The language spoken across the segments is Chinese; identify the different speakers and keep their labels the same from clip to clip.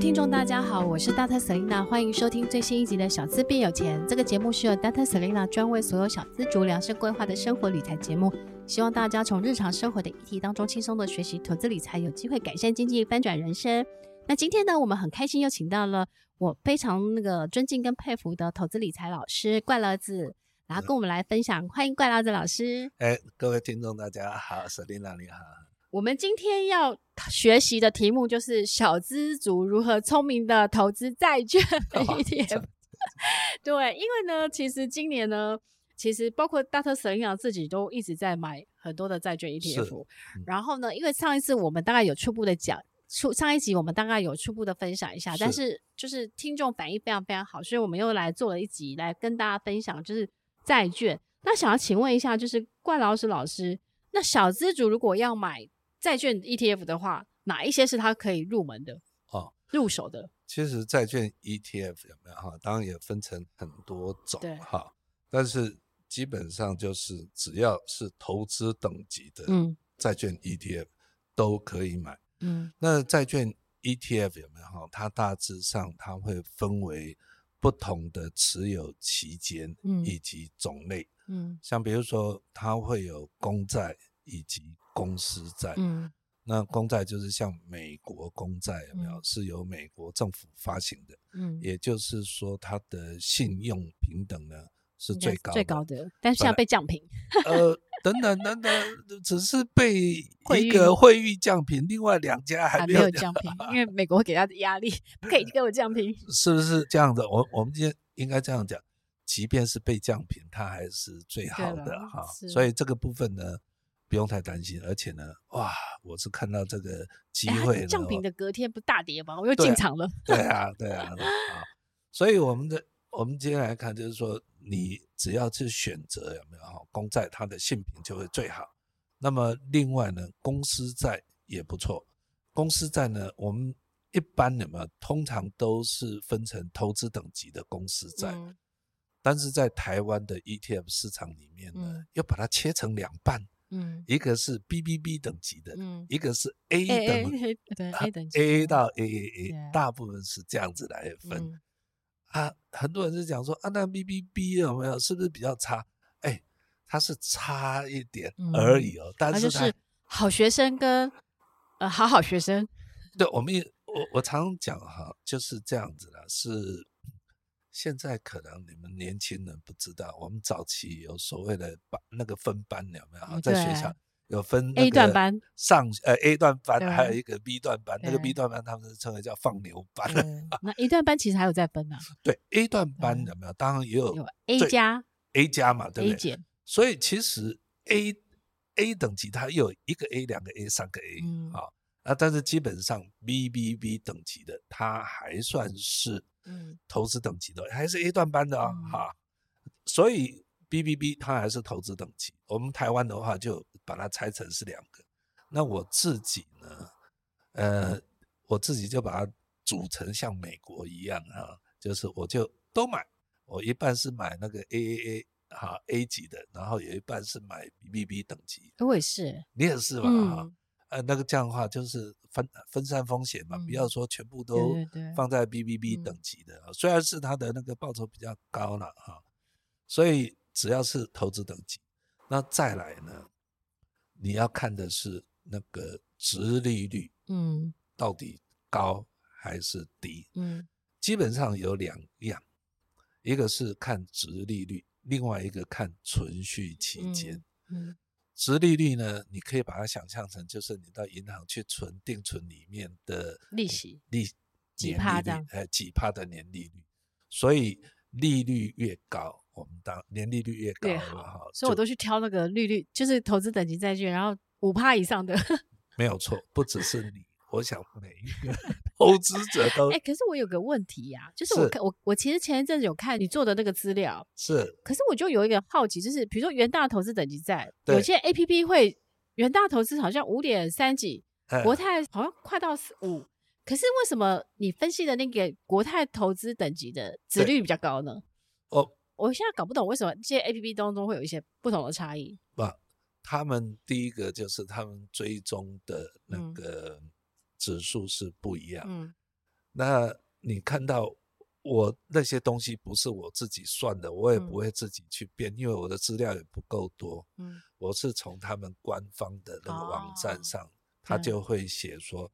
Speaker 1: 听众大家好，我是 Data Selina，欢迎收听最新一集的《小资变有钱》。这个节目是由 Data Selina 专为所有小资族量身规划的生活理财节目，希望大家从日常生活的议题当中轻松的学习投资理财，有机会改善经济，翻转人生。那今天呢，我们很开心又请到了我非常那个尊敬跟佩服的投资理财老师怪老子，然后跟我们来分享，欢迎怪老子老师。
Speaker 2: 哎，各位听众大家好，Selina 你好。
Speaker 1: 我们今天要学习的题目就是小资族如何聪明的投资债券 ETF。对，因为呢，其实今年呢，其实包括大特神银行自己都一直在买很多的债券 ETF
Speaker 2: 嗯。
Speaker 1: 然后呢，因为上一次我们大概有初步的讲，初上一集我们大概有初步的分享一下，但
Speaker 2: 是
Speaker 1: 是就是听众反应非常非常好，所以我们又来做了一集来跟大家分享，就是债券。那想要请问一下，就是怪老师老师，那小资主如果要买债券 ETF 的话，哪一些是他可以入门的、
Speaker 2: 哦，
Speaker 1: 入手的？
Speaker 2: 其实债券 ETF 有没有哈？当然也分成很多种
Speaker 1: 对
Speaker 2: 哈，但是基本上就是只要是投资等级的
Speaker 1: 嗯
Speaker 2: 债券 ETF 都可以买。
Speaker 1: 嗯
Speaker 2: 那债券 ETF 有没有哈？它大致上它会分为不同的持有期间
Speaker 1: 嗯
Speaker 2: 以及种类，
Speaker 1: 嗯
Speaker 2: 像比如说它会有公债以及公司债。
Speaker 1: 嗯
Speaker 2: 那公债就是像美国公债有没有、
Speaker 1: 嗯
Speaker 2: 是由美国政府发行的，
Speaker 1: 嗯，
Speaker 2: 也就是说它的信用平等呢是
Speaker 1: 应该
Speaker 2: 最高
Speaker 1: 最高的，但是现在被降评。
Speaker 2: 呃，等等等等，只是被
Speaker 1: 惠
Speaker 2: 一
Speaker 1: 誉
Speaker 2: 个惠誉降评，另外两家还
Speaker 1: 还
Speaker 2: 没
Speaker 1: 啊没
Speaker 2: 有
Speaker 1: 有降评， 因为美国会给他的压力，不可以给我降评。
Speaker 2: 是不是这样的？我我们今天应该这样讲，即便是被降评，它还是最好的
Speaker 1: 了
Speaker 2: 哈
Speaker 1: 是。
Speaker 2: 所以这个部分呢，不用太担心。而且呢，哇，我是看到这个机
Speaker 1: 哎他
Speaker 2: 会呢，哦
Speaker 1: 降评
Speaker 2: 我
Speaker 1: 的隔天不大跌吗？我又
Speaker 2: 对啊
Speaker 1: 进场了。
Speaker 2: 对啊，对啊，对啊。所以我们的我们接下来看，就是说你只要去选择有没有哈，公债它的性品就会最好。那么另外呢，公司债也不错。公司债呢，我们一般有没有通常都是分成投资等级的公司债，
Speaker 1: 嗯
Speaker 2: 但是在台湾的 ETF 市场里面呢，
Speaker 1: 嗯
Speaker 2: 又把它切成两半，
Speaker 1: 嗯
Speaker 2: 一个是 BBB 等级的，
Speaker 1: 嗯，
Speaker 2: 一个是 A
Speaker 1: 哎哎
Speaker 2: 等。
Speaker 1: 哎对 A 等级
Speaker 2: A 到
Speaker 1: Yeah
Speaker 2: AAA，大部分是这样子来分。
Speaker 1: 嗯
Speaker 2: 啊，很多人是讲说啊，那 B B B 有没有是不是比较差？哎，它是差一点
Speaker 1: 嗯
Speaker 2: 而已哦，但
Speaker 1: 啊
Speaker 2: 是
Speaker 1: 就
Speaker 2: 它、
Speaker 1: 是好学生跟呃好好学 生，
Speaker 2: 对我们也我我常讲哈，就是这样子啦，是现在可能你们年轻人不知道，我们早期有所谓的班那个分班有没有啊？
Speaker 1: 嗯
Speaker 2: 在学校
Speaker 1: 对
Speaker 2: 有分
Speaker 1: A 段班
Speaker 2: 上呃 A 段班，
Speaker 1: 对
Speaker 2: 还有一个 B 段班，那个
Speaker 1: 对
Speaker 2: B 段班他们是称为叫放牛班。
Speaker 1: 嗯那一段班其实还有在分呢，
Speaker 2: 对 A 段班
Speaker 1: 嗯
Speaker 2: 有没有？当然也有
Speaker 1: 有 A
Speaker 2: 最
Speaker 1: 加
Speaker 2: A 加嘛，对不
Speaker 1: A
Speaker 2: 对？
Speaker 1: 减，
Speaker 2: 所以其实 A A 等级它又有一个 A、两个 A、三个 A 啊、
Speaker 1: 嗯
Speaker 2: 啊，但是基本上 B、B、B 等级的，它还算是
Speaker 1: 嗯
Speaker 2: 投资等级的，还是 A 段班的啊、
Speaker 1: 嗯
Speaker 2: 哈、所以 B、B、B 它还是投资等级。我们台湾的话就把它拆成是两个。那我自己呢，呃，我自己就把它组成像美国一样啊，就是我就都买，我一半是买那个 AAA 哈、A 级的，然后有一半是买 BBB 等级。
Speaker 1: 我也是，
Speaker 2: 你也是嘛哈、
Speaker 1: 嗯，
Speaker 2: 呃，那个这样的话就是分分散风险嘛，不
Speaker 1: 嗯
Speaker 2: 要说全部
Speaker 1: 对
Speaker 2: 都
Speaker 1: 对对
Speaker 2: 放在 BBB
Speaker 1: 嗯
Speaker 2: 等级的啊，虽然是它的那个报酬比较高了哈、所以只要是投资等级，那再来呢，你要看的是那个值利率
Speaker 1: 嗯
Speaker 2: 到底高还是低，
Speaker 1: 嗯
Speaker 2: 基本上有两样，一个是看值利率，另外一个看存续期间。
Speaker 1: 嗯
Speaker 2: 殖利率呢，你可以把它想象成就是你到银行去存定存里面的
Speaker 1: 利息
Speaker 2: 利
Speaker 1: 几
Speaker 2: 年
Speaker 1: 趴
Speaker 2: 利
Speaker 1: 这
Speaker 2: 率
Speaker 1: 样，
Speaker 2: 呃，几趴的年利率。所以利率越高，我们当年利率越高
Speaker 1: 越
Speaker 2: 了嘛哈，
Speaker 1: 所以我
Speaker 2: 就
Speaker 1: 都去挑那个利率，就是投资等级债券，然后五趴以上的。
Speaker 2: 没有错，不只是你，我想每一个 投资 者都
Speaker 1: 哎、可是我有个问题呀、就是我
Speaker 2: 是
Speaker 1: 看我我其实前一阵子有看你做的那个资料，
Speaker 2: 是
Speaker 1: 可是我就有一个好奇，就是比如说元大投资等级债，有
Speaker 2: 对
Speaker 1: 些 A P P 会元大投资好像五点三几，
Speaker 2: 呃
Speaker 1: 国泰好像快到五，可是为什么你分析的那个国泰投资等级的值
Speaker 2: 对
Speaker 1: 率比较高呢？
Speaker 2: 哦
Speaker 1: 我现在搞不懂为什么这些 A P P 当中会有一些不同的差异。
Speaker 2: 不，他们第一个就是他们追踪的那
Speaker 1: 嗯
Speaker 2: 个指数是不一样。
Speaker 1: 嗯
Speaker 2: 那你看到我那些东西不是我自己算的，我也不会自己去编，因为我的资料也不够多。
Speaker 1: 嗯
Speaker 2: 我是从他们官方的那个网
Speaker 1: 哦
Speaker 2: 站上，他
Speaker 1: 嗯
Speaker 2: 就会写说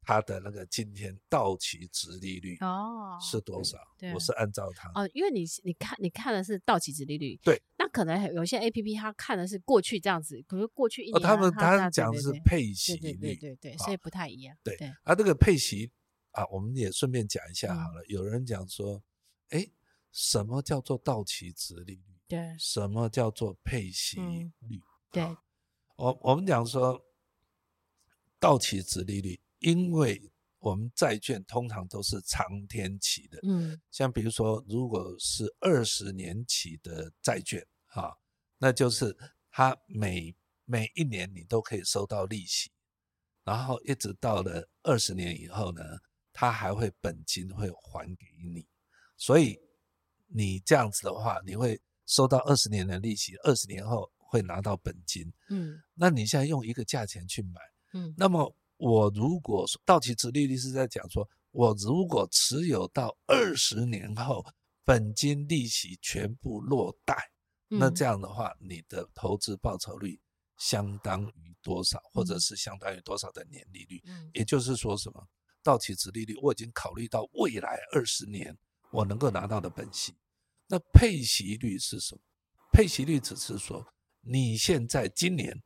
Speaker 2: 他的那个今天到期值利率
Speaker 1: 哦
Speaker 2: 是多少
Speaker 1: 对，
Speaker 2: 我是按照它。
Speaker 1: 哦，因为你是你看你看的是到期值利率，
Speaker 2: 对，
Speaker 1: 那可能还有些 A P P 它看的是过去这样子，可是过去一
Speaker 2: 哦，
Speaker 1: 年啊、
Speaker 2: 他们
Speaker 1: 它这
Speaker 2: 他
Speaker 1: 样
Speaker 2: 讲
Speaker 1: 对
Speaker 2: 是
Speaker 1: 对
Speaker 2: 配息
Speaker 1: 对对
Speaker 2: 率
Speaker 1: 对，对对，所以不太一样，
Speaker 2: 对
Speaker 1: 对，
Speaker 2: 啊，这个配息啊，我们也顺便讲一下
Speaker 1: 嗯
Speaker 2: 好了。有人讲说，哎，什么叫做到期值利率？
Speaker 1: 对
Speaker 2: 什么叫做配息
Speaker 1: 嗯
Speaker 2: 率？
Speaker 1: 对，
Speaker 2: 我我们讲说，到期值利率，因为我们债券通常都是长天期的，
Speaker 1: 嗯
Speaker 2: 像比如说，如果是二十年期的债券啊，那就是它每每一年你都可以收到利息，然后一直到了二十年以后呢，它还会本金会还给你，所以你这样子的话，你会收到二十年的利息，二十年后会拿到本金。
Speaker 1: 嗯
Speaker 2: 那你现在用一个价钱去买，
Speaker 1: 嗯，
Speaker 2: 那么我如果说到期值利率是在讲说，我如果持有到二十年后，本金利息全部落袋，那这
Speaker 1: 样
Speaker 2: 样的话，你的投资报酬率相当于多少，或者
Speaker 1: 嗯
Speaker 2: 是相当于多少的年利率？
Speaker 1: 嗯
Speaker 2: 也就是说什么？到期值利率我已经考虑到未来二十年我能够拿到的本息。那配息率是什么？配息率只是说你现在今年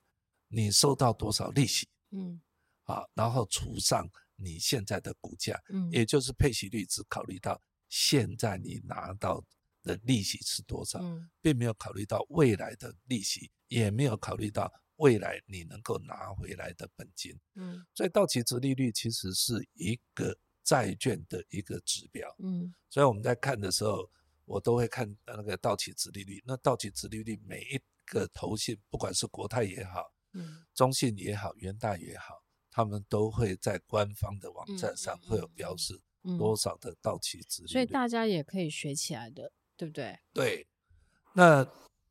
Speaker 2: 你收到多少利息，
Speaker 1: 嗯
Speaker 2: 啊，然后除上你现在的股价，
Speaker 1: 嗯
Speaker 2: 也就是配息率只考虑到现在你拿到的利息是啊多少，
Speaker 1: 嗯
Speaker 2: 并没有考虑到未来的利息，也没有考虑到未来你能够拿回来的本金。
Speaker 1: 嗯
Speaker 2: 所以到期值利率其实是一个债券的一个指标。
Speaker 1: 嗯
Speaker 2: 所以我们在看的时候，我都会看那个到期值利率。那到期值利率每一个投信，不管是国泰也好，
Speaker 1: 嗯
Speaker 2: 中信也好，元大也好，他们都会在官方的网站上
Speaker 1: 嗯嗯
Speaker 2: 会有
Speaker 1: 嗯
Speaker 2: 标示
Speaker 1: 嗯，
Speaker 2: 多少的到期值
Speaker 1: 所
Speaker 2: 利
Speaker 1: 以
Speaker 2: 率。
Speaker 1: 大家也可以学起来的，对不对？
Speaker 2: 对，那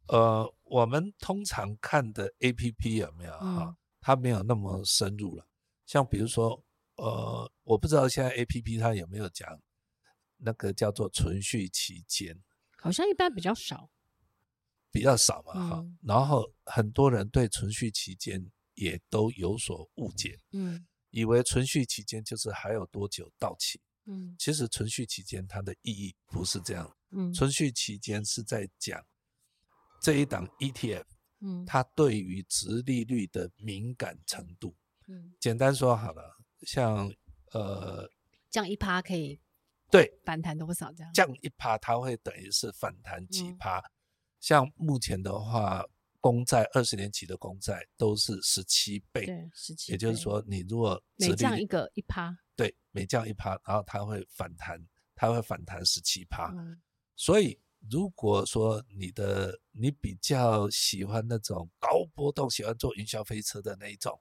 Speaker 2: 呃，我们通常看的 A P P 有没有哈、
Speaker 1: 嗯
Speaker 2: 它没有那么深入了。像比如说，呃，我不知道现在 A P P 它有没有讲那个叫做存续期间。嗯
Speaker 1: 好像一般比较少，
Speaker 2: 比较少嘛哈、
Speaker 1: 嗯
Speaker 2: 然后很多人对存续期间也都有所误解，
Speaker 1: 嗯
Speaker 2: 以为存续期间就是还有多久到期。
Speaker 1: 嗯
Speaker 2: 其实存续期间它的意义不是这样，
Speaker 1: 嗯
Speaker 2: 存续期间是在讲这一档 E ETF
Speaker 1: 嗯
Speaker 2: 它对于值利率的敏感程度。
Speaker 1: 嗯，
Speaker 2: 简单说好了，像呃，
Speaker 1: 这样一趴可以
Speaker 2: 对，
Speaker 1: 反弹多少这样？
Speaker 2: 降一趴，它会等于是反弹几
Speaker 1: 嗯
Speaker 2: 趴。像目前的话，公债二十年期的公债都是十七倍，
Speaker 1: 对，十七，
Speaker 2: 也就是说，你如果
Speaker 1: 每
Speaker 2: 殖利
Speaker 1: 降
Speaker 2: 率
Speaker 1: 一个一趴，
Speaker 2: 对每降一趴，然后它会反弹，它会反弹十七趴。
Speaker 1: 嗯。
Speaker 2: 所以如果说你的你比较喜欢那种高波动，喜欢坐云霄飞车的那一种，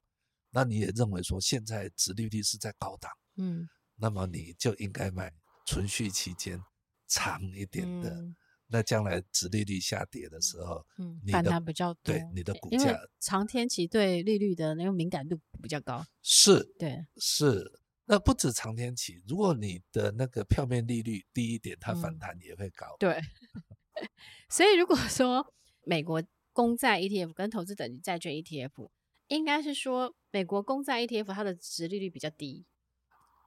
Speaker 2: 那你也认为说现在殖利率是在高档。
Speaker 1: 嗯，
Speaker 2: 那么你就应该买存续期间长一点的。
Speaker 1: 嗯
Speaker 2: 那将来殖利率下跌的时候，
Speaker 1: 嗯，
Speaker 2: 你
Speaker 1: 反
Speaker 2: 的
Speaker 1: 弹比较多，
Speaker 2: 对你的股
Speaker 1: 因为
Speaker 2: 价
Speaker 1: 长天期对利率的那个敏感度比较高，
Speaker 2: 是
Speaker 1: 对，
Speaker 2: 是，那不止长天期，如果你的那个票面利率低一点，它
Speaker 1: 嗯
Speaker 2: 反弹也会高。
Speaker 1: 对， 所以如果说美国公债 ETF 跟投资等级债券 ETF，应该是说美国公债 ETF 它的值利率比较低，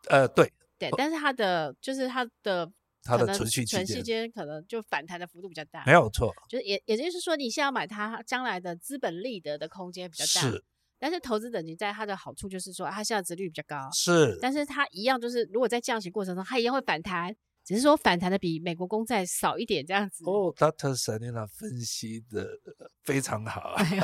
Speaker 2: 呃，对，
Speaker 1: 对，但是它的就是它的
Speaker 2: 它
Speaker 1: 可
Speaker 2: 的
Speaker 1: 能
Speaker 2: 存续期
Speaker 1: 存续
Speaker 2: 间
Speaker 1: 间可能就反弹的幅度比较大
Speaker 2: 没，有错，
Speaker 1: 就是也也就是说你现在要买它将来的资本利得的空间比较大，
Speaker 2: 是
Speaker 1: 但是投资等级债它的好处就是说它现在值率比较高，
Speaker 2: 是
Speaker 1: 但是它一样就是，如果在降息过程中，它一样会反弹，只是说反弹的比美国公债少一点这样子。
Speaker 2: 哦，Dr. Selina 分析的非常好啊，
Speaker 1: 哎呦，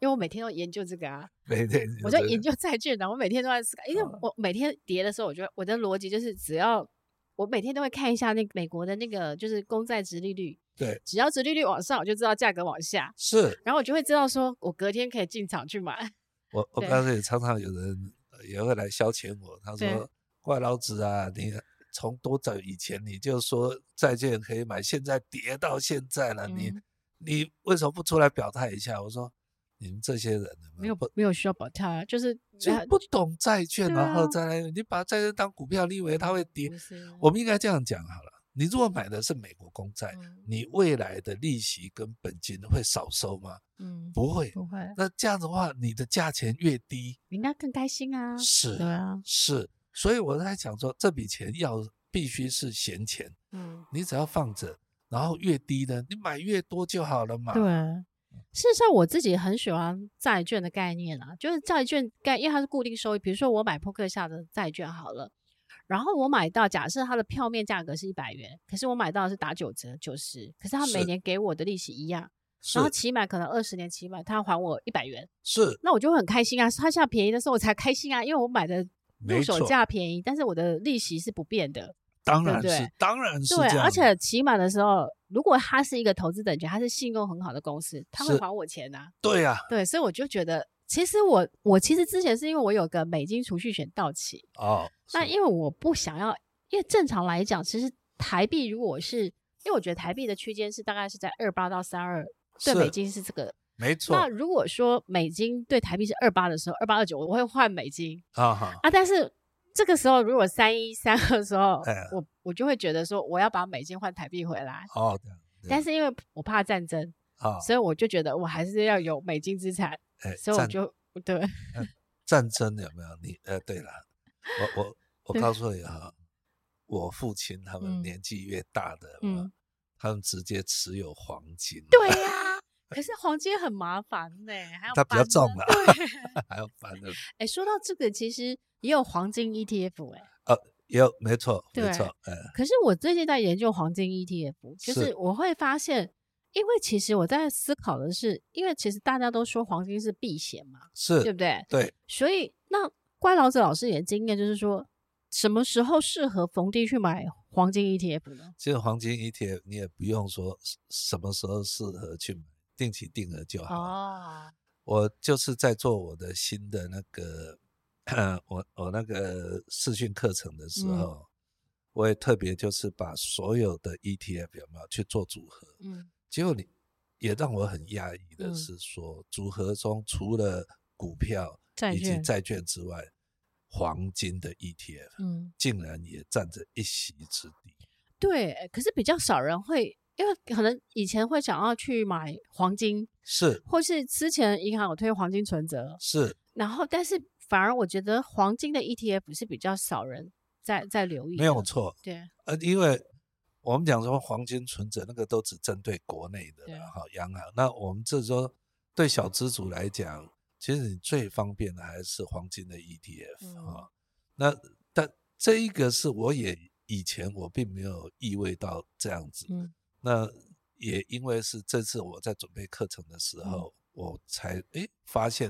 Speaker 1: 因为我每天都研究这个啊，
Speaker 2: 每天
Speaker 1: 我在研究债券的，我每天都在思考，因为
Speaker 2: 哦
Speaker 1: 我每天跌的时候，我觉得我的逻辑就是，只要我每天都会看一下那个美国的那个就是公债值利率，
Speaker 2: 对
Speaker 1: 只要值利率往上，我就知道价格往下，
Speaker 2: 是
Speaker 1: 然后我就会知道说我隔天可以进场去买。
Speaker 2: 我我
Speaker 1: 对
Speaker 2: 告诉你，常常有人呃也会来消遣我，他
Speaker 1: 对
Speaker 2: 说：“怪老子啊，你从多早以前你就说债券可以买，现在跌到现在了，你
Speaker 1: 嗯
Speaker 2: 你为什么不出来表态一下？”我说：“你们这些人
Speaker 1: 没有
Speaker 2: 嗯不
Speaker 1: 没有需要保跳啊，就是
Speaker 2: 就
Speaker 1: 啊
Speaker 2: 不懂债券，
Speaker 1: 对
Speaker 2: 然后
Speaker 1: 啊嗯
Speaker 2: 再来你把债券当股票，你以为它会跌
Speaker 1: 不？是
Speaker 2: 我们应该这样讲好了。你如果买的是美国公债，
Speaker 1: 嗯
Speaker 2: 你未来的利息跟本金会少收吗？
Speaker 1: 嗯
Speaker 2: 不会。
Speaker 1: 不会，
Speaker 2: 那这样的话，你的价钱越低，
Speaker 1: 你应该更开心啊，
Speaker 2: 是
Speaker 1: 对啊，
Speaker 2: 是，所以我在想说，这笔钱要必须是闲钱，
Speaker 1: 嗯，
Speaker 2: 你只要放着，然后越低呢，你买越多就好了嘛。
Speaker 1: 对。事实上，我自己很喜欢债券的概念啊，就是债券概，因为它是固定收益。比如说，我买扑克下的债券好了，然后我买到，假设它的票面价格是一百元，可是我买到的是打九折九十，可是它每
Speaker 2: 是
Speaker 1: 年给我的利息一样，
Speaker 2: 是
Speaker 1: 然后期满可能二十年期满，它要还我一百元，
Speaker 2: 是，
Speaker 1: 那我就会很开心啊。它现在便宜的时候我才开心啊，因为我买的入
Speaker 2: 没
Speaker 1: 手
Speaker 2: 错
Speaker 1: 价便宜，但是我的利息是不变的。
Speaker 2: 当
Speaker 1: 对
Speaker 2: 然
Speaker 1: 不
Speaker 2: 是
Speaker 1: 对，
Speaker 2: 当然是这
Speaker 1: 对，
Speaker 2: 样的。
Speaker 1: 而且期满的时候，如果它是一个投资等级，它是信用很好的公司，它会
Speaker 2: 是
Speaker 1: 还我钱呐、
Speaker 2: 对啊，
Speaker 1: 对，所以我就觉得，其实我我其实之前是因为我有个美金储蓄险到期，
Speaker 2: 哦，
Speaker 1: 那
Speaker 2: 是
Speaker 1: 因为我不想要，因为正常来讲，其实台币如果是，因为我觉得台币的区间是大概是在二八到三二，对美
Speaker 2: 是
Speaker 1: 金是这个。
Speaker 2: 没错
Speaker 1: 那如果说美金对台币是二八的时候，二八二九我会换美金
Speaker 2: 啊哈，
Speaker 1: 啊，但是。这个时候，如果三一三二的时候，
Speaker 2: 哎
Speaker 1: 我我就会觉得说，我要把美金换台币回来。
Speaker 2: 哦，这样对
Speaker 1: 但是因为我怕战争，
Speaker 2: 啊，
Speaker 1: 所以我就觉得我还是要有美金资产，
Speaker 2: 哎，
Speaker 1: 所以我
Speaker 2: 战
Speaker 1: 就对，
Speaker 2: 呃战争有没有？你呃，对了，我我我
Speaker 1: 对
Speaker 2: 告诉你哈，我父亲他
Speaker 1: 嗯
Speaker 2: 们年纪越大的，
Speaker 1: 嗯
Speaker 2: 嗯，他们直接持有黄金，
Speaker 1: 对呀、可是黄金很麻烦呢、还要
Speaker 2: 它比较
Speaker 1: 搬呢
Speaker 2: 重啊
Speaker 1: 对，
Speaker 2: 还要翻的，
Speaker 1: 哎，说到这个，其实也有黄金 ETF 哎、
Speaker 2: 也有没错，没
Speaker 1: 对
Speaker 2: 错，嗯，
Speaker 1: 可是我最近在研究黄金 ETF，就是是我会发现，因为其实我在思考的是，因为其实大家都说黄金是避险嘛，对
Speaker 2: 是
Speaker 1: 不对？
Speaker 2: 对，
Speaker 1: 所以那乖老子老师也经验就是说，什么时候适合逢低去买黄金 ETF 呢？
Speaker 2: 其实黄金 ETF 你也不用说什什么时候适合去买，定期定额就好了。
Speaker 1: 哦，
Speaker 2: 我就是在做我的新的那个， 我我那个视讯课程的时
Speaker 1: 嗯
Speaker 2: 候，我也特别就是把所有的 ETF 有没有去做组合，
Speaker 1: 嗯
Speaker 2: 结果你也让我很讶异的
Speaker 1: 嗯
Speaker 2: 是说，组合中除了股票
Speaker 1: 债
Speaker 2: 以及
Speaker 1: 券
Speaker 2: 债券之外，黄金的 ETF
Speaker 1: 嗯。
Speaker 2: 竟然也占着一席之地。
Speaker 1: 对，可是比较少人会，因为可能以前会想要去买黄金，
Speaker 2: 是
Speaker 1: 或是之前银行有推黄金存折，
Speaker 2: 是，
Speaker 1: 然后但是反而我觉得黄金的 ETF 是比较少人在在留意，
Speaker 2: 没有，错，
Speaker 1: 对，
Speaker 2: 呃，因为我们讲说黄金存折那个都只针对国内的
Speaker 1: 对
Speaker 2: 啦哈，央行。那我们这说对小资主来讲，其实你最方便的还是黄金的 ETF
Speaker 1: 嗯
Speaker 2: 啊、那但这一个是我也以前我并没有意味到这样子，
Speaker 1: 嗯
Speaker 2: 那也因为是这次我在准备课程的时
Speaker 1: 嗯
Speaker 2: 候，我才诶发现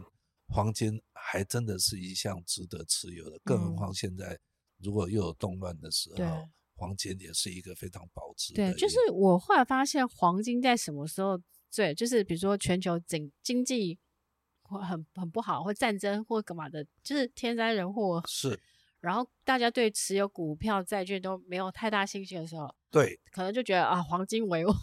Speaker 2: 黄金还真的是一项值得持有的，更何
Speaker 1: 嗯
Speaker 2: 况现在如果又有动乱的时
Speaker 1: 对
Speaker 2: 候，黄金也是一个非常保值的一
Speaker 1: 对，
Speaker 2: 个。
Speaker 1: 就是我后来发现黄金在什么时候最，就是比如说全球经经济或很很不好，或战争或干嘛的，就是天灾人祸，
Speaker 2: 是
Speaker 1: 然后大家对持有股票、债券都没有太大兴趣的时候，
Speaker 2: 对，
Speaker 1: 可能就觉得啊，黄金为王。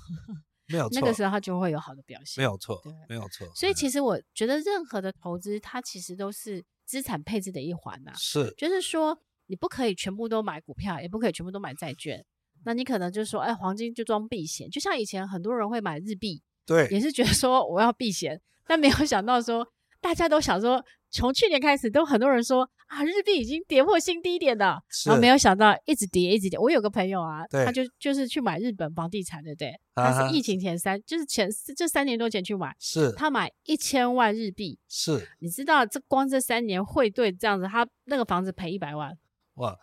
Speaker 2: 没有错，
Speaker 1: 那个时候它就会有好的表现。
Speaker 2: 没，有错
Speaker 1: 对，
Speaker 2: 没有错。
Speaker 1: 所以
Speaker 2: 嗯
Speaker 1: 其实我觉得任何的投资，它其实都是资产配置的一环呐、
Speaker 2: 是
Speaker 1: 就是说，你不可以全部都买股票，也不可以全部都买债券。那你可能就说，哎，黄金就装避险，就像以前很多人会买日币，也
Speaker 2: 对，
Speaker 1: 是觉得说我要避险，但没有想到说，大家都想说，从去年开始都很多人说啊，日币已经跌破新低点了，
Speaker 2: 是
Speaker 1: 然哦后没有想到一直跌一直跌。我有个朋友啊，
Speaker 2: 对
Speaker 1: 他就就是去买日本房地产，对不对？
Speaker 2: 啊
Speaker 1: 他
Speaker 2: 哈
Speaker 1: 是疫情前三，就是前四这三年多前去买，
Speaker 2: 是
Speaker 1: 他买一千万日币，
Speaker 2: 是
Speaker 1: 你知道这光这三年汇兑这样子，他那个房子赔一百万。
Speaker 2: 哇。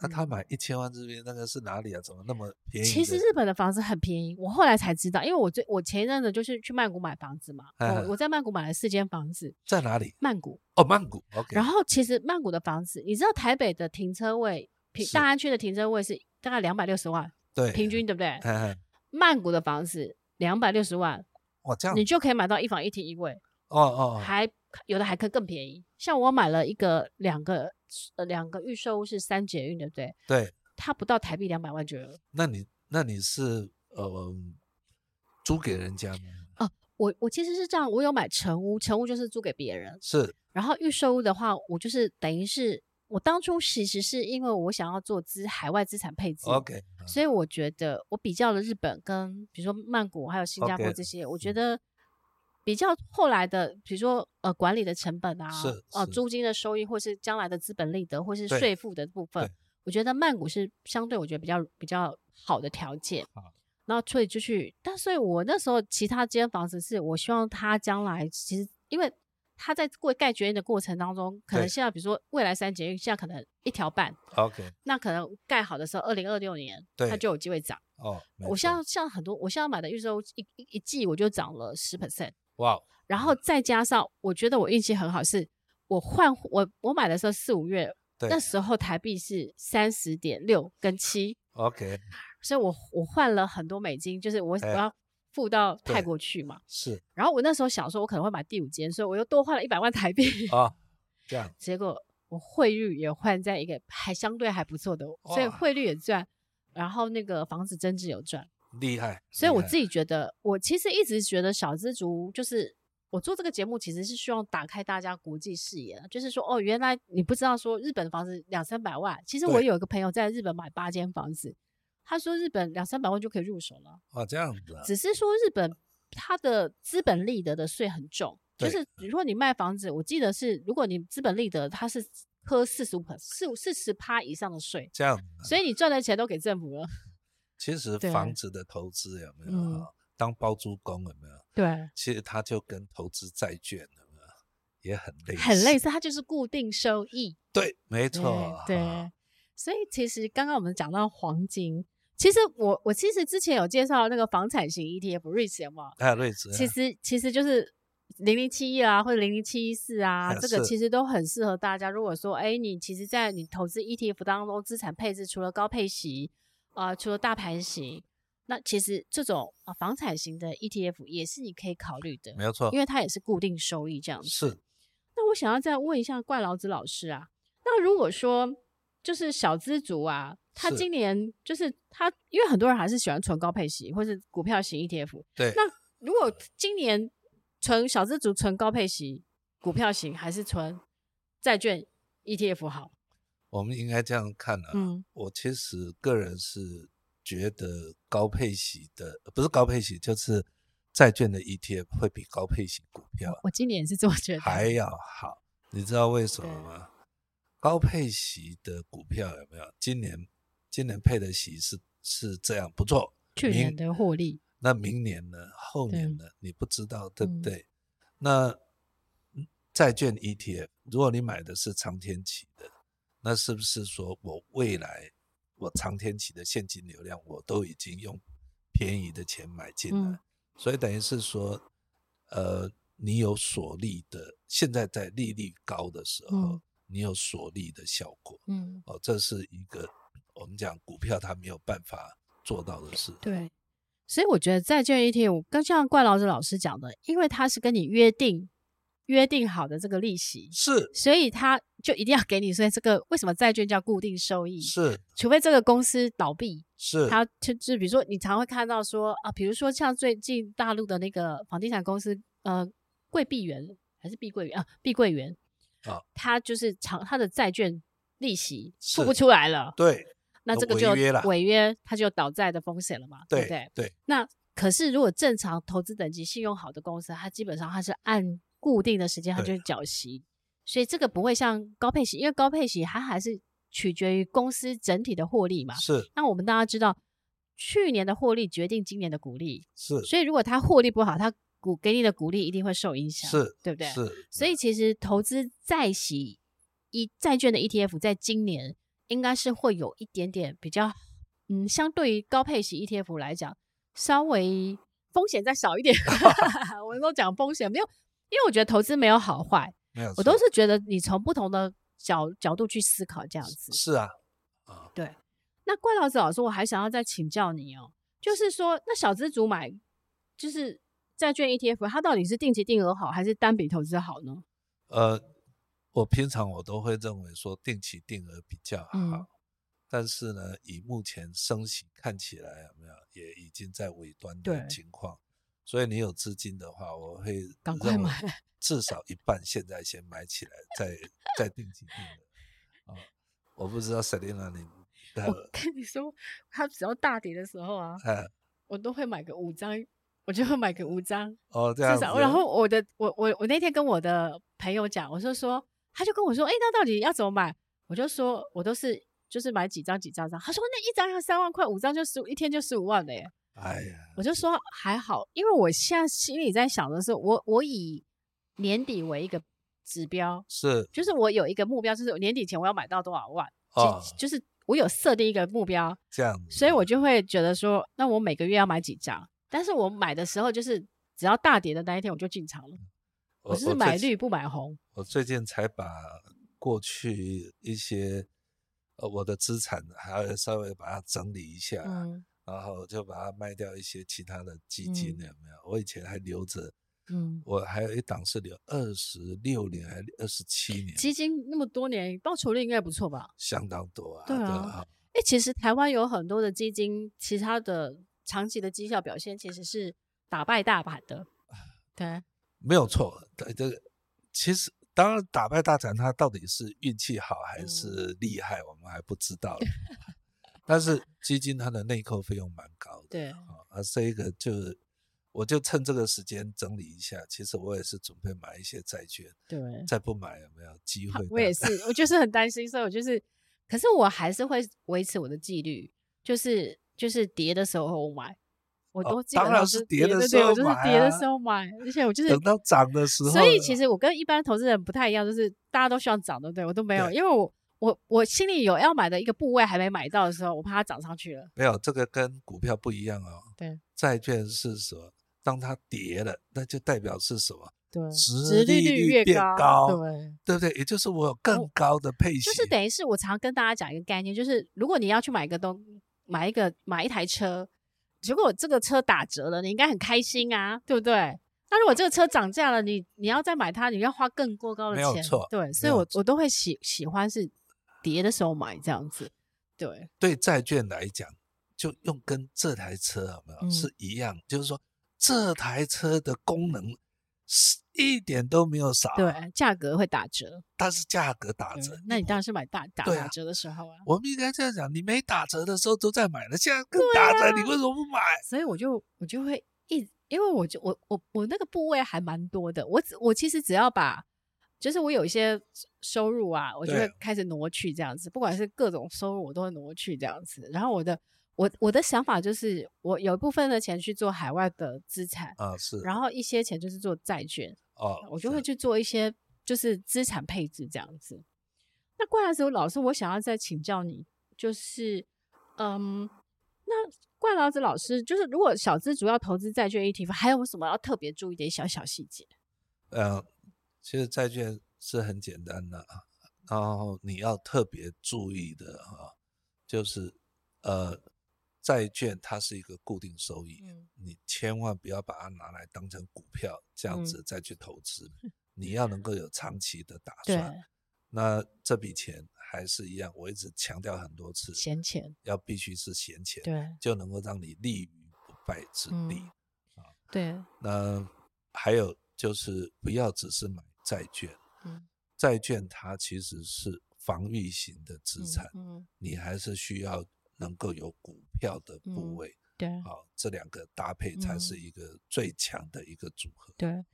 Speaker 2: 那他
Speaker 1: 嗯
Speaker 2: 买一千万日币，那个是哪里啊？怎么那么便宜的？
Speaker 1: 其实日本的房子很便宜，我后来才知道，因为我最我前一阵子就是去曼谷买房子嘛，
Speaker 2: 哎哎
Speaker 1: 我我在曼谷买了四间房子，
Speaker 2: 在哪里？
Speaker 1: 曼谷。
Speaker 2: 哦，曼谷。OK。
Speaker 1: 然后其实曼谷的房子，你知道台北的停车位，平
Speaker 2: 是
Speaker 1: 大安区的停车位是大概两百六十万
Speaker 2: 对，
Speaker 1: 平均，对不对？
Speaker 2: 哎。哎
Speaker 1: 曼谷的房子两百六十万，
Speaker 2: 哇，这样
Speaker 1: 你就可以买到一房一厅一卫，
Speaker 2: 哦哦，哦
Speaker 1: 还有的还可以更便宜。像我买了一个两个呃两个预售屋是三捷运，对不对？
Speaker 2: 对，
Speaker 1: 它不到台币两百万就有了。
Speaker 2: 那你那你是呃租给人家吗？
Speaker 1: 哦，我我其实是这样，我有买成屋，成屋就是租给别人，
Speaker 2: 是
Speaker 1: 然后预售屋的话，我就是等于是我当初其实是因为我想要做资海外资产配置
Speaker 2: OK，
Speaker 1: 所以我觉得我比较了日本跟比如说曼谷还有新加坡
Speaker 2: OK 嗯
Speaker 1: 这些我觉得比较后来的，比如说呃管理的成本啊，
Speaker 2: 是
Speaker 1: 呃
Speaker 2: 是
Speaker 1: 租金的收益，或是将来的资本利得，或是
Speaker 2: 对
Speaker 1: 税负的部分
Speaker 2: 对，
Speaker 1: 我觉得曼谷是相对我觉得比较比较好的条件
Speaker 2: 好。
Speaker 1: 然后所以就去，但所以我那时候其他间房子是我希望他将来其实因为他在过盖决定的过程当中，可能
Speaker 2: 对
Speaker 1: 现在比如说未来三捷运现在可能一条半，
Speaker 2: OK，
Speaker 1: 那可能盖好的时候，二零二六年它
Speaker 2: 对
Speaker 1: 就有机会涨。
Speaker 2: 哦，没
Speaker 1: 我
Speaker 2: 错
Speaker 1: 像像很多，我现在买的预售屋一一一季我就涨了十 percent，
Speaker 2: 哇哦，
Speaker 1: 然后再加上我觉得我运气很好，是我换我我买的时候四五月，
Speaker 2: 对
Speaker 1: 那时候台币是三十点六跟七，
Speaker 2: ，OK，
Speaker 1: 所以我我换了很多美金，就是我我
Speaker 2: 哎
Speaker 1: 要付到泰
Speaker 2: 对
Speaker 1: 国去嘛。
Speaker 2: 是
Speaker 1: 然后我那时候想说，我可能会买第五间，所以我又多换了一百万台币，
Speaker 2: 啊，这样
Speaker 1: 结果我汇率也换在一个还相对还不错的，所以
Speaker 2: 哇
Speaker 1: 汇率也赚，然后那个房子增值有赚。
Speaker 2: 厉害。
Speaker 1: 所以
Speaker 2: 厉
Speaker 1: 我
Speaker 2: 害
Speaker 1: 自己觉得，我其实一直觉得小资族就是我做这个节目，其实是希望打开大家国际视野，就是说哦，原来你不知道说日本房子两三百万，其实我
Speaker 2: 对
Speaker 1: 有一个朋友在日本买八间房子，他说日本两三百万就可以入手了，
Speaker 2: 哦，这样子啊，
Speaker 1: 只是说日本它的资本利得的税很重，就
Speaker 2: 对
Speaker 1: 是如果你卖房子，我记得是如果你资本利得它是科四十五四四十趴以上的税，
Speaker 2: 这样子啊
Speaker 1: 所以你赚的钱都给政府了，
Speaker 2: 其实
Speaker 1: 对
Speaker 2: 房子的投资有没有、
Speaker 1: 嗯
Speaker 2: 啊当包租公有没有？
Speaker 1: 对。
Speaker 2: 其实它就跟投资债券有没有也很类 似，
Speaker 1: 很类。似，它就是固定收益。
Speaker 2: 对，没
Speaker 1: 对
Speaker 2: 错。
Speaker 1: 对
Speaker 2: 啊，
Speaker 1: 所以其实刚刚我们讲到黄金，其实我我其实之前有介绍那个房产型 ETF REITs 有没有？
Speaker 2: 还有瑞兹啊，
Speaker 1: 其实其实就是零零七一啊，或者零零七一四啊，
Speaker 2: 哎
Speaker 1: 这个
Speaker 2: 是
Speaker 1: 其实都很适合大家。如果说，哎，你其实，在你投资 ETF 当中，资产配置除了高配息，啊，除了大盘型，那其实这种啊房产型的 ETF 也是你可以考虑的，
Speaker 2: 没有错
Speaker 1: 因，为它也是固定收益这样子。
Speaker 2: 是
Speaker 1: 那我想要再问一下怪老子老师啊，那如果说就是小资族啊，他
Speaker 2: 是
Speaker 1: 今年就是他，因为很多人还是喜欢存高配息或是股票型 E ETF，
Speaker 2: 对。
Speaker 1: 那如果今年存小资族存高配息股票型，还是存债券 ETF 好？
Speaker 2: 我们应该这样看啊。
Speaker 1: 嗯，
Speaker 2: 我其实个人是觉得高配息的，不是高配息，就是债券的 ETF 会比高配息股票
Speaker 1: 我今年也是这么觉得。
Speaker 2: 还要好。你知道为什么吗？高配息的股票有没有？今年今年配的息是是这样，不错。
Speaker 1: 去年
Speaker 2: 明
Speaker 1: 的获利，
Speaker 2: 那明年呢？后年呢？你不知道，
Speaker 1: 嗯
Speaker 2: 对不对？那嗯债券 ETF，如果你买的是长天期的，那是不是说我未来我长天期的现金流量我都已经用便宜的钱买进来？
Speaker 1: 嗯
Speaker 2: 所以等于是说，呃，你有锁利的，现在在利率高的时候，
Speaker 1: 嗯
Speaker 2: 你有锁利的效果
Speaker 1: 嗯，
Speaker 2: 哦，这是一个我们讲股票它没有办法做到的事。
Speaker 1: 对，所以我觉得债券 ETF 跟像怪老子老师讲的，因为他是跟你约定约定好的这个利息，
Speaker 2: 是
Speaker 1: 所以他就一定要给你。所以这个为什么债券叫固定收益？
Speaker 2: 是
Speaker 1: 除非这个公司倒闭，
Speaker 2: 是，
Speaker 1: 它就就比如说你常会看到说啊，比如说像最近大陆的那个房地产公司，呃，桂碧园还是碧桂园啊，碧桂园
Speaker 2: 啊，
Speaker 1: 它就是长它的债券利息付
Speaker 2: 是
Speaker 1: 不出来了，
Speaker 2: 对
Speaker 1: 那
Speaker 2: 那
Speaker 1: 这个
Speaker 2: 违
Speaker 1: 就
Speaker 2: 约啦
Speaker 1: 违约，它就有倒债的风险了嘛，对不
Speaker 2: 对
Speaker 1: 对？
Speaker 2: 对，
Speaker 1: 那可是如果正常投资等级信用好的公司，它基本上它是按固定的时间它就
Speaker 2: 对
Speaker 1: 会缴息，所以这个不会像高配息，因为高配息它还是取决于公司整体的获利嘛。
Speaker 2: 是
Speaker 1: 那我们大家知道，去年的获利决定今年的股利，
Speaker 2: 是
Speaker 1: 所以如果它获利不好，它股给你的股利一定会受影响，
Speaker 2: 是，
Speaker 1: 对不对？
Speaker 2: 是，
Speaker 1: 所以其实投资债息一债券的 ETF 在今年应该是会有一点点比较，嗯，相对于高配息 ETF 来讲，稍微风险再少一 点。我们都讲风险，没有，因为我觉得投资没有好坏，
Speaker 2: 没有错，
Speaker 1: 我都是觉得你从不同的角角度去思考这样子。
Speaker 2: 是啊啊，
Speaker 1: 那怪老子老师，我还想要再请教你哦，就是说，那小资族买就是债券 ETF，它到底是定期定额好，还是单笔投资好呢？
Speaker 2: 呃，我平常我都会认为说定期定额比较好，
Speaker 1: 嗯
Speaker 2: 但是呢，以目前升息看起来有没有也已经在尾端的
Speaker 1: 对
Speaker 2: 情况，所以你有资金的话，我会
Speaker 1: 赶快
Speaker 2: 认为
Speaker 1: 买
Speaker 2: 至少一半现在先买起来，再再定期定额。啊、我不知道 Selina 你的
Speaker 1: 我跟你说，它只要大跌的时候啊，
Speaker 2: 呃
Speaker 1: 我都会买个五张，我就会买个五张，
Speaker 2: 哦这样
Speaker 1: 至
Speaker 2: 子，
Speaker 1: 少。然后我的我我我那天跟我的朋友讲，我就说，他就跟我说，哎、那到底要怎么买？我就说我都是就是买几张几张张。他说那一张要三万块，五张就十一天就十五万了耶。
Speaker 2: 哎呀，
Speaker 1: 我就说还好，因为我现在心里在想的是，我我以年底为一个指标，
Speaker 2: 是
Speaker 1: 就是我有一个目标，就是我年底前我要买到多少万，其
Speaker 2: 哦
Speaker 1: 就是我有设定一个目标，
Speaker 2: 这样子，
Speaker 1: 所以我就会觉得说，那我每个月要买几张，但是我买的时候就是只要大跌的那一天我就进场了，
Speaker 2: 我
Speaker 1: 我就是
Speaker 2: 最
Speaker 1: 买
Speaker 2: 近
Speaker 1: 绿不买红，
Speaker 2: 我最近才把过去一些呃我的资产还要稍微把它整理一下，
Speaker 1: 嗯
Speaker 2: 然后就把它卖掉一些其他的基金，
Speaker 1: 嗯
Speaker 2: 有没有？我以前还留着，
Speaker 1: 嗯，
Speaker 2: 我还有一档是留二十六年还二十七年，
Speaker 1: 基金那么多年报酬率应该不错吧？
Speaker 2: 相当多啊，
Speaker 1: 对啊
Speaker 2: 啊，
Speaker 1: 哎、其实台湾有很多的基金，其他的长期的绩效表现其实是打败大盘的。对，
Speaker 2: 没有错。对这个其实当然打败大展，它到底是运气好还
Speaker 1: 嗯
Speaker 2: 是厉害，我们还不知道。 但是基金它的内扣费用蛮高的，
Speaker 1: 对
Speaker 2: 啊，啊，这一个就我就趁这个时间整理一下。其实我也是准备买一些债券，
Speaker 1: 对，
Speaker 2: 再不买有没有机会
Speaker 1: 好
Speaker 2: 呢？
Speaker 1: 我也是，我就是很担心，所以我就是，可是我还是会维持我的纪律，就是就是跌的时候买，我
Speaker 2: 哦
Speaker 1: 都基
Speaker 2: 当
Speaker 1: 本
Speaker 2: 然
Speaker 1: 上
Speaker 2: 是
Speaker 1: 是
Speaker 2: 跌
Speaker 1: 跌
Speaker 2: 的
Speaker 1: 对
Speaker 2: 时
Speaker 1: 对
Speaker 2: 候
Speaker 1: 我就是
Speaker 2: 买
Speaker 1: 跌的
Speaker 2: 啊
Speaker 1: 时候买，而且我就是
Speaker 2: 等到涨的时候
Speaker 1: 所以
Speaker 2: 了
Speaker 1: 其实我跟一般投资人不太一样，就是大家都希望涨，对不对？我都没有，
Speaker 2: 对
Speaker 1: 因为我我我心里有要买的一个部位还没买到的时候，我怕它涨上去了。
Speaker 2: 没有，这个跟股票不一样哦。
Speaker 1: 对，
Speaker 2: 债券是什么？当它跌了，那就代表是哦什么？
Speaker 1: 对
Speaker 2: 殖利率
Speaker 1: 越
Speaker 2: 变高
Speaker 1: 对，哦
Speaker 2: 对不对？也就是我有更高的配息。
Speaker 1: 就是等于是我常跟大家讲一个概念，就是如果你要去买一个东，买一个买一台车，如果这个车打折了，你应该很开心啊，对不对？那如果这个车涨价了，你你要再买它，你要花更过高的
Speaker 2: 没有
Speaker 1: 钱，
Speaker 2: 错
Speaker 1: 对，所以
Speaker 2: 有
Speaker 1: 我
Speaker 2: 错
Speaker 1: 我都会喜喜欢是跌的时候买这样子，对，
Speaker 2: 对债券来讲，就用跟这台车有没有、
Speaker 1: 嗯
Speaker 2: 是一样？就是说这台车的功能是一点都没有少，
Speaker 1: 对，价格会打折，
Speaker 2: 但是价格啊打
Speaker 1: 对
Speaker 2: 折。
Speaker 1: 那你当然是买大打
Speaker 2: 对
Speaker 1: 打
Speaker 2: 啊
Speaker 1: 折的时候啊。
Speaker 2: 我们应该这样讲，你没打折的时候都在买了，现在更打折，你为什么不买？
Speaker 1: 所以我就我就会一直，因为我就我我我那个部位还蛮多的，我只我其实只要把，就是我有一些收入啊，我就会
Speaker 2: 对
Speaker 1: 开始挪去这样子，不管是各种收入，我都会挪去这样子。然后我的我我的想法就是，我有一部分的钱去做海外的资产，
Speaker 2: 啊，是，
Speaker 1: 然后一些钱就是做债券，
Speaker 2: 哦，
Speaker 1: 我就是会去做一些就是资产配置这样子。那怪老师，老师，我想要再请教你，就是，嗯，那怪老子老师，就是如果小资主要投资债券 ETF，还有什么要特别注意的小小细节？
Speaker 2: 嗯，其实债券是很简单的啊，然后你要特别注意的啊，就是呃，债券它是一个固定收益，
Speaker 1: 嗯
Speaker 2: 你千万不要把它拿来当成股票这样
Speaker 1: 嗯
Speaker 2: 子再去投 资，你要能够有长期的打
Speaker 1: 对，
Speaker 2: 算。那这笔钱还是一样，我一直强调很多次，
Speaker 1: 闲钱，
Speaker 2: 要必须是闲钱，
Speaker 1: 对
Speaker 2: 就能够让你立于不败之地。
Speaker 1: 嗯
Speaker 2: 啊
Speaker 1: 对，
Speaker 2: 那还有就是不要只是买债券，
Speaker 1: 嗯
Speaker 2: 债券它其实是防御型的资产，
Speaker 1: 嗯，
Speaker 2: 你还是需要能够有股票的
Speaker 1: 嗯
Speaker 2: 部位，
Speaker 1: 对
Speaker 2: 好、这两个搭配才
Speaker 1: 嗯
Speaker 2: 是一个最强的一个组合。
Speaker 1: 对。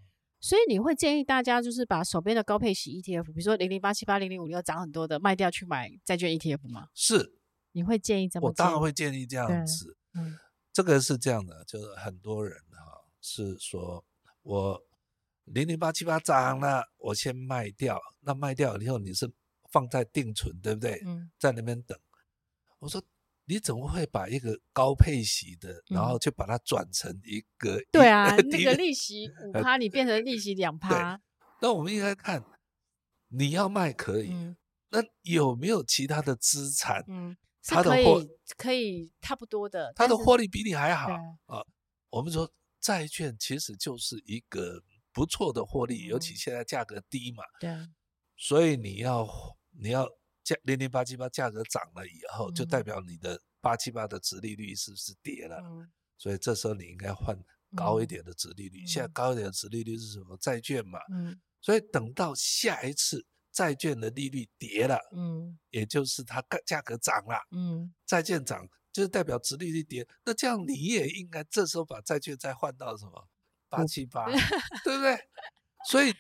Speaker 1: 所以你会建议大家就是把手边的高配息 ETF，比如说零零八七八、零零五六涨很多的卖掉去买债券 ETF 吗？
Speaker 2: 是
Speaker 1: 你会建议这么
Speaker 2: 我当
Speaker 1: 建议
Speaker 2: 然会建议这
Speaker 1: 对
Speaker 2: 样子，
Speaker 1: 嗯
Speaker 2: 这个是这样的，就是很多人哈、是说我零零八七八涨了，我先卖掉，那卖掉以后你是放在定存，对不对？
Speaker 1: 嗯
Speaker 2: 在那边等。我说你怎么会把一个高配息的，然
Speaker 1: 嗯
Speaker 2: 后就把它转成一个？
Speaker 1: 对 啊，
Speaker 2: 一
Speaker 1: 那
Speaker 2: 一
Speaker 1: 个利息五
Speaker 2: 呃
Speaker 1: 趴，你变成利息两趴，
Speaker 2: 那我们应该看，你要卖可以，
Speaker 1: 嗯
Speaker 2: 那有没有其他的资产，
Speaker 1: 嗯，是
Speaker 2: 它的
Speaker 1: 可以
Speaker 2: 获
Speaker 1: 可以差不多的，
Speaker 2: 它
Speaker 1: 但
Speaker 2: 的
Speaker 1: 是
Speaker 2: 获利比你还好
Speaker 1: 对
Speaker 2: 啊？我们说债券其实就是一个不错的获利，尤其
Speaker 1: 嗯
Speaker 2: 现在价格低嘛，
Speaker 1: 对啊
Speaker 2: 所以你要你要价零零八七八价格涨了以后，就代
Speaker 1: 嗯
Speaker 2: 表你的八七八的值利率是不是跌了？
Speaker 1: 嗯
Speaker 2: 所以这时候你应该换高一点的殖利率。
Speaker 1: 嗯
Speaker 2: 现在高一点的殖利率是什么？债券嘛。
Speaker 1: 嗯
Speaker 2: 所以等到下一次债券的利率跌了，
Speaker 1: 嗯
Speaker 2: 也就是它价价格涨了，
Speaker 1: 嗯
Speaker 2: 债券涨就是代表殖利率跌。那这样你也应该这时候把债券再换到什么八 七八，对不对？所以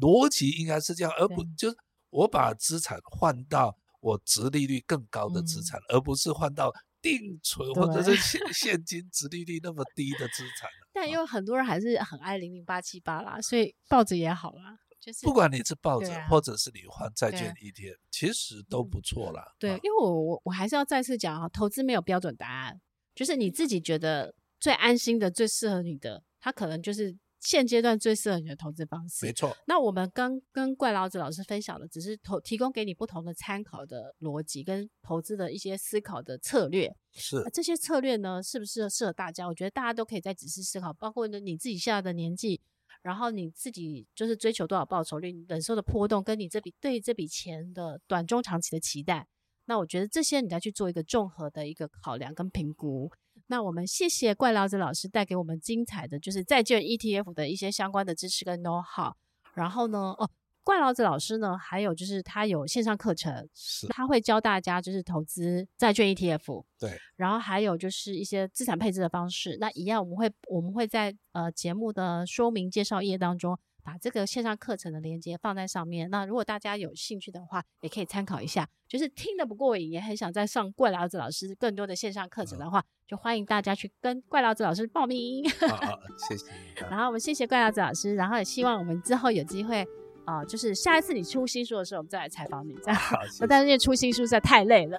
Speaker 2: 逻辑应该是这样，而不
Speaker 1: 对
Speaker 2: 就是我把资产换到我殖利率更高的资
Speaker 1: 嗯
Speaker 2: 产，而不是换到定存或者
Speaker 1: 对
Speaker 2: 是现现金殖利率那么低的资产。
Speaker 1: 但因为很多人还是很爱零零八七八啦，所以抱着也好啦，就是
Speaker 2: 不管你是抱
Speaker 1: 对
Speaker 2: 着，
Speaker 1: 啊
Speaker 2: 或者是你换债
Speaker 1: 对啊嗯
Speaker 2: 券 ETF，其实都不错啦。
Speaker 1: 对
Speaker 2: 啊，
Speaker 1: 因为我我我还是要再次讲啊，投资没有标准答案，就是你自己觉得最安心的、最适合你的，它可能就是现阶段最适合你的投资方
Speaker 2: 没
Speaker 1: 式。
Speaker 2: 错，
Speaker 1: 那我们刚跟怪老子老师分享的，只是投提供给你不同的参考的逻辑跟投资的一些思考的策略。
Speaker 2: 是
Speaker 1: 那这些策略呢，适不适合适合大家？我觉得大家都可以再仔细思考，包括呢你自己现在的年纪，然后你自己就是追求多少报酬率，你忍受的波动，跟你这笔对这笔钱的短中长期的期待。那我觉得这些你再去做一个综合的一个考量跟评估。那我们谢谢怪老子老师带给我们精彩的就是债券 ETF 的一些相关的知识跟 know how。然后呢，哦，怪老子老师呢，还有就是他有线上课程，
Speaker 2: 是，
Speaker 1: 他会教大家就是投资债券 ETF，
Speaker 2: 对，
Speaker 1: 然后还有就是一些资产配置的方式。那一样，我们会我们会在呃节目的说明介绍页当中把这个线上课程的连接放在上面。那如果大家有兴趣的话，也可以参考一下。就是听得不过瘾，也很想再上怪老子老师更多的线上课程的话，就欢迎大家去跟怪老子老师报名。
Speaker 2: 啊啊，谢谢你啊。
Speaker 1: 然后我们谢谢怪老子老师，然后也希望我们之后有机会。啊、就是下一次你出新书的时候，我们再来采访你，这样。
Speaker 2: 好，谢
Speaker 1: 那
Speaker 2: 谢。
Speaker 1: 但是因为出新书实在太累 了，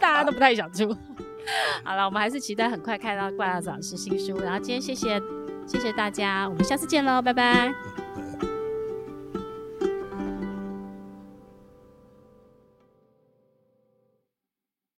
Speaker 1: 大家都不太想出。好了，我们还是期待很快看到怪老师新书。然后今天谢谢谢谢大家，我们下次见喽，拜拜。
Speaker 2: 嗯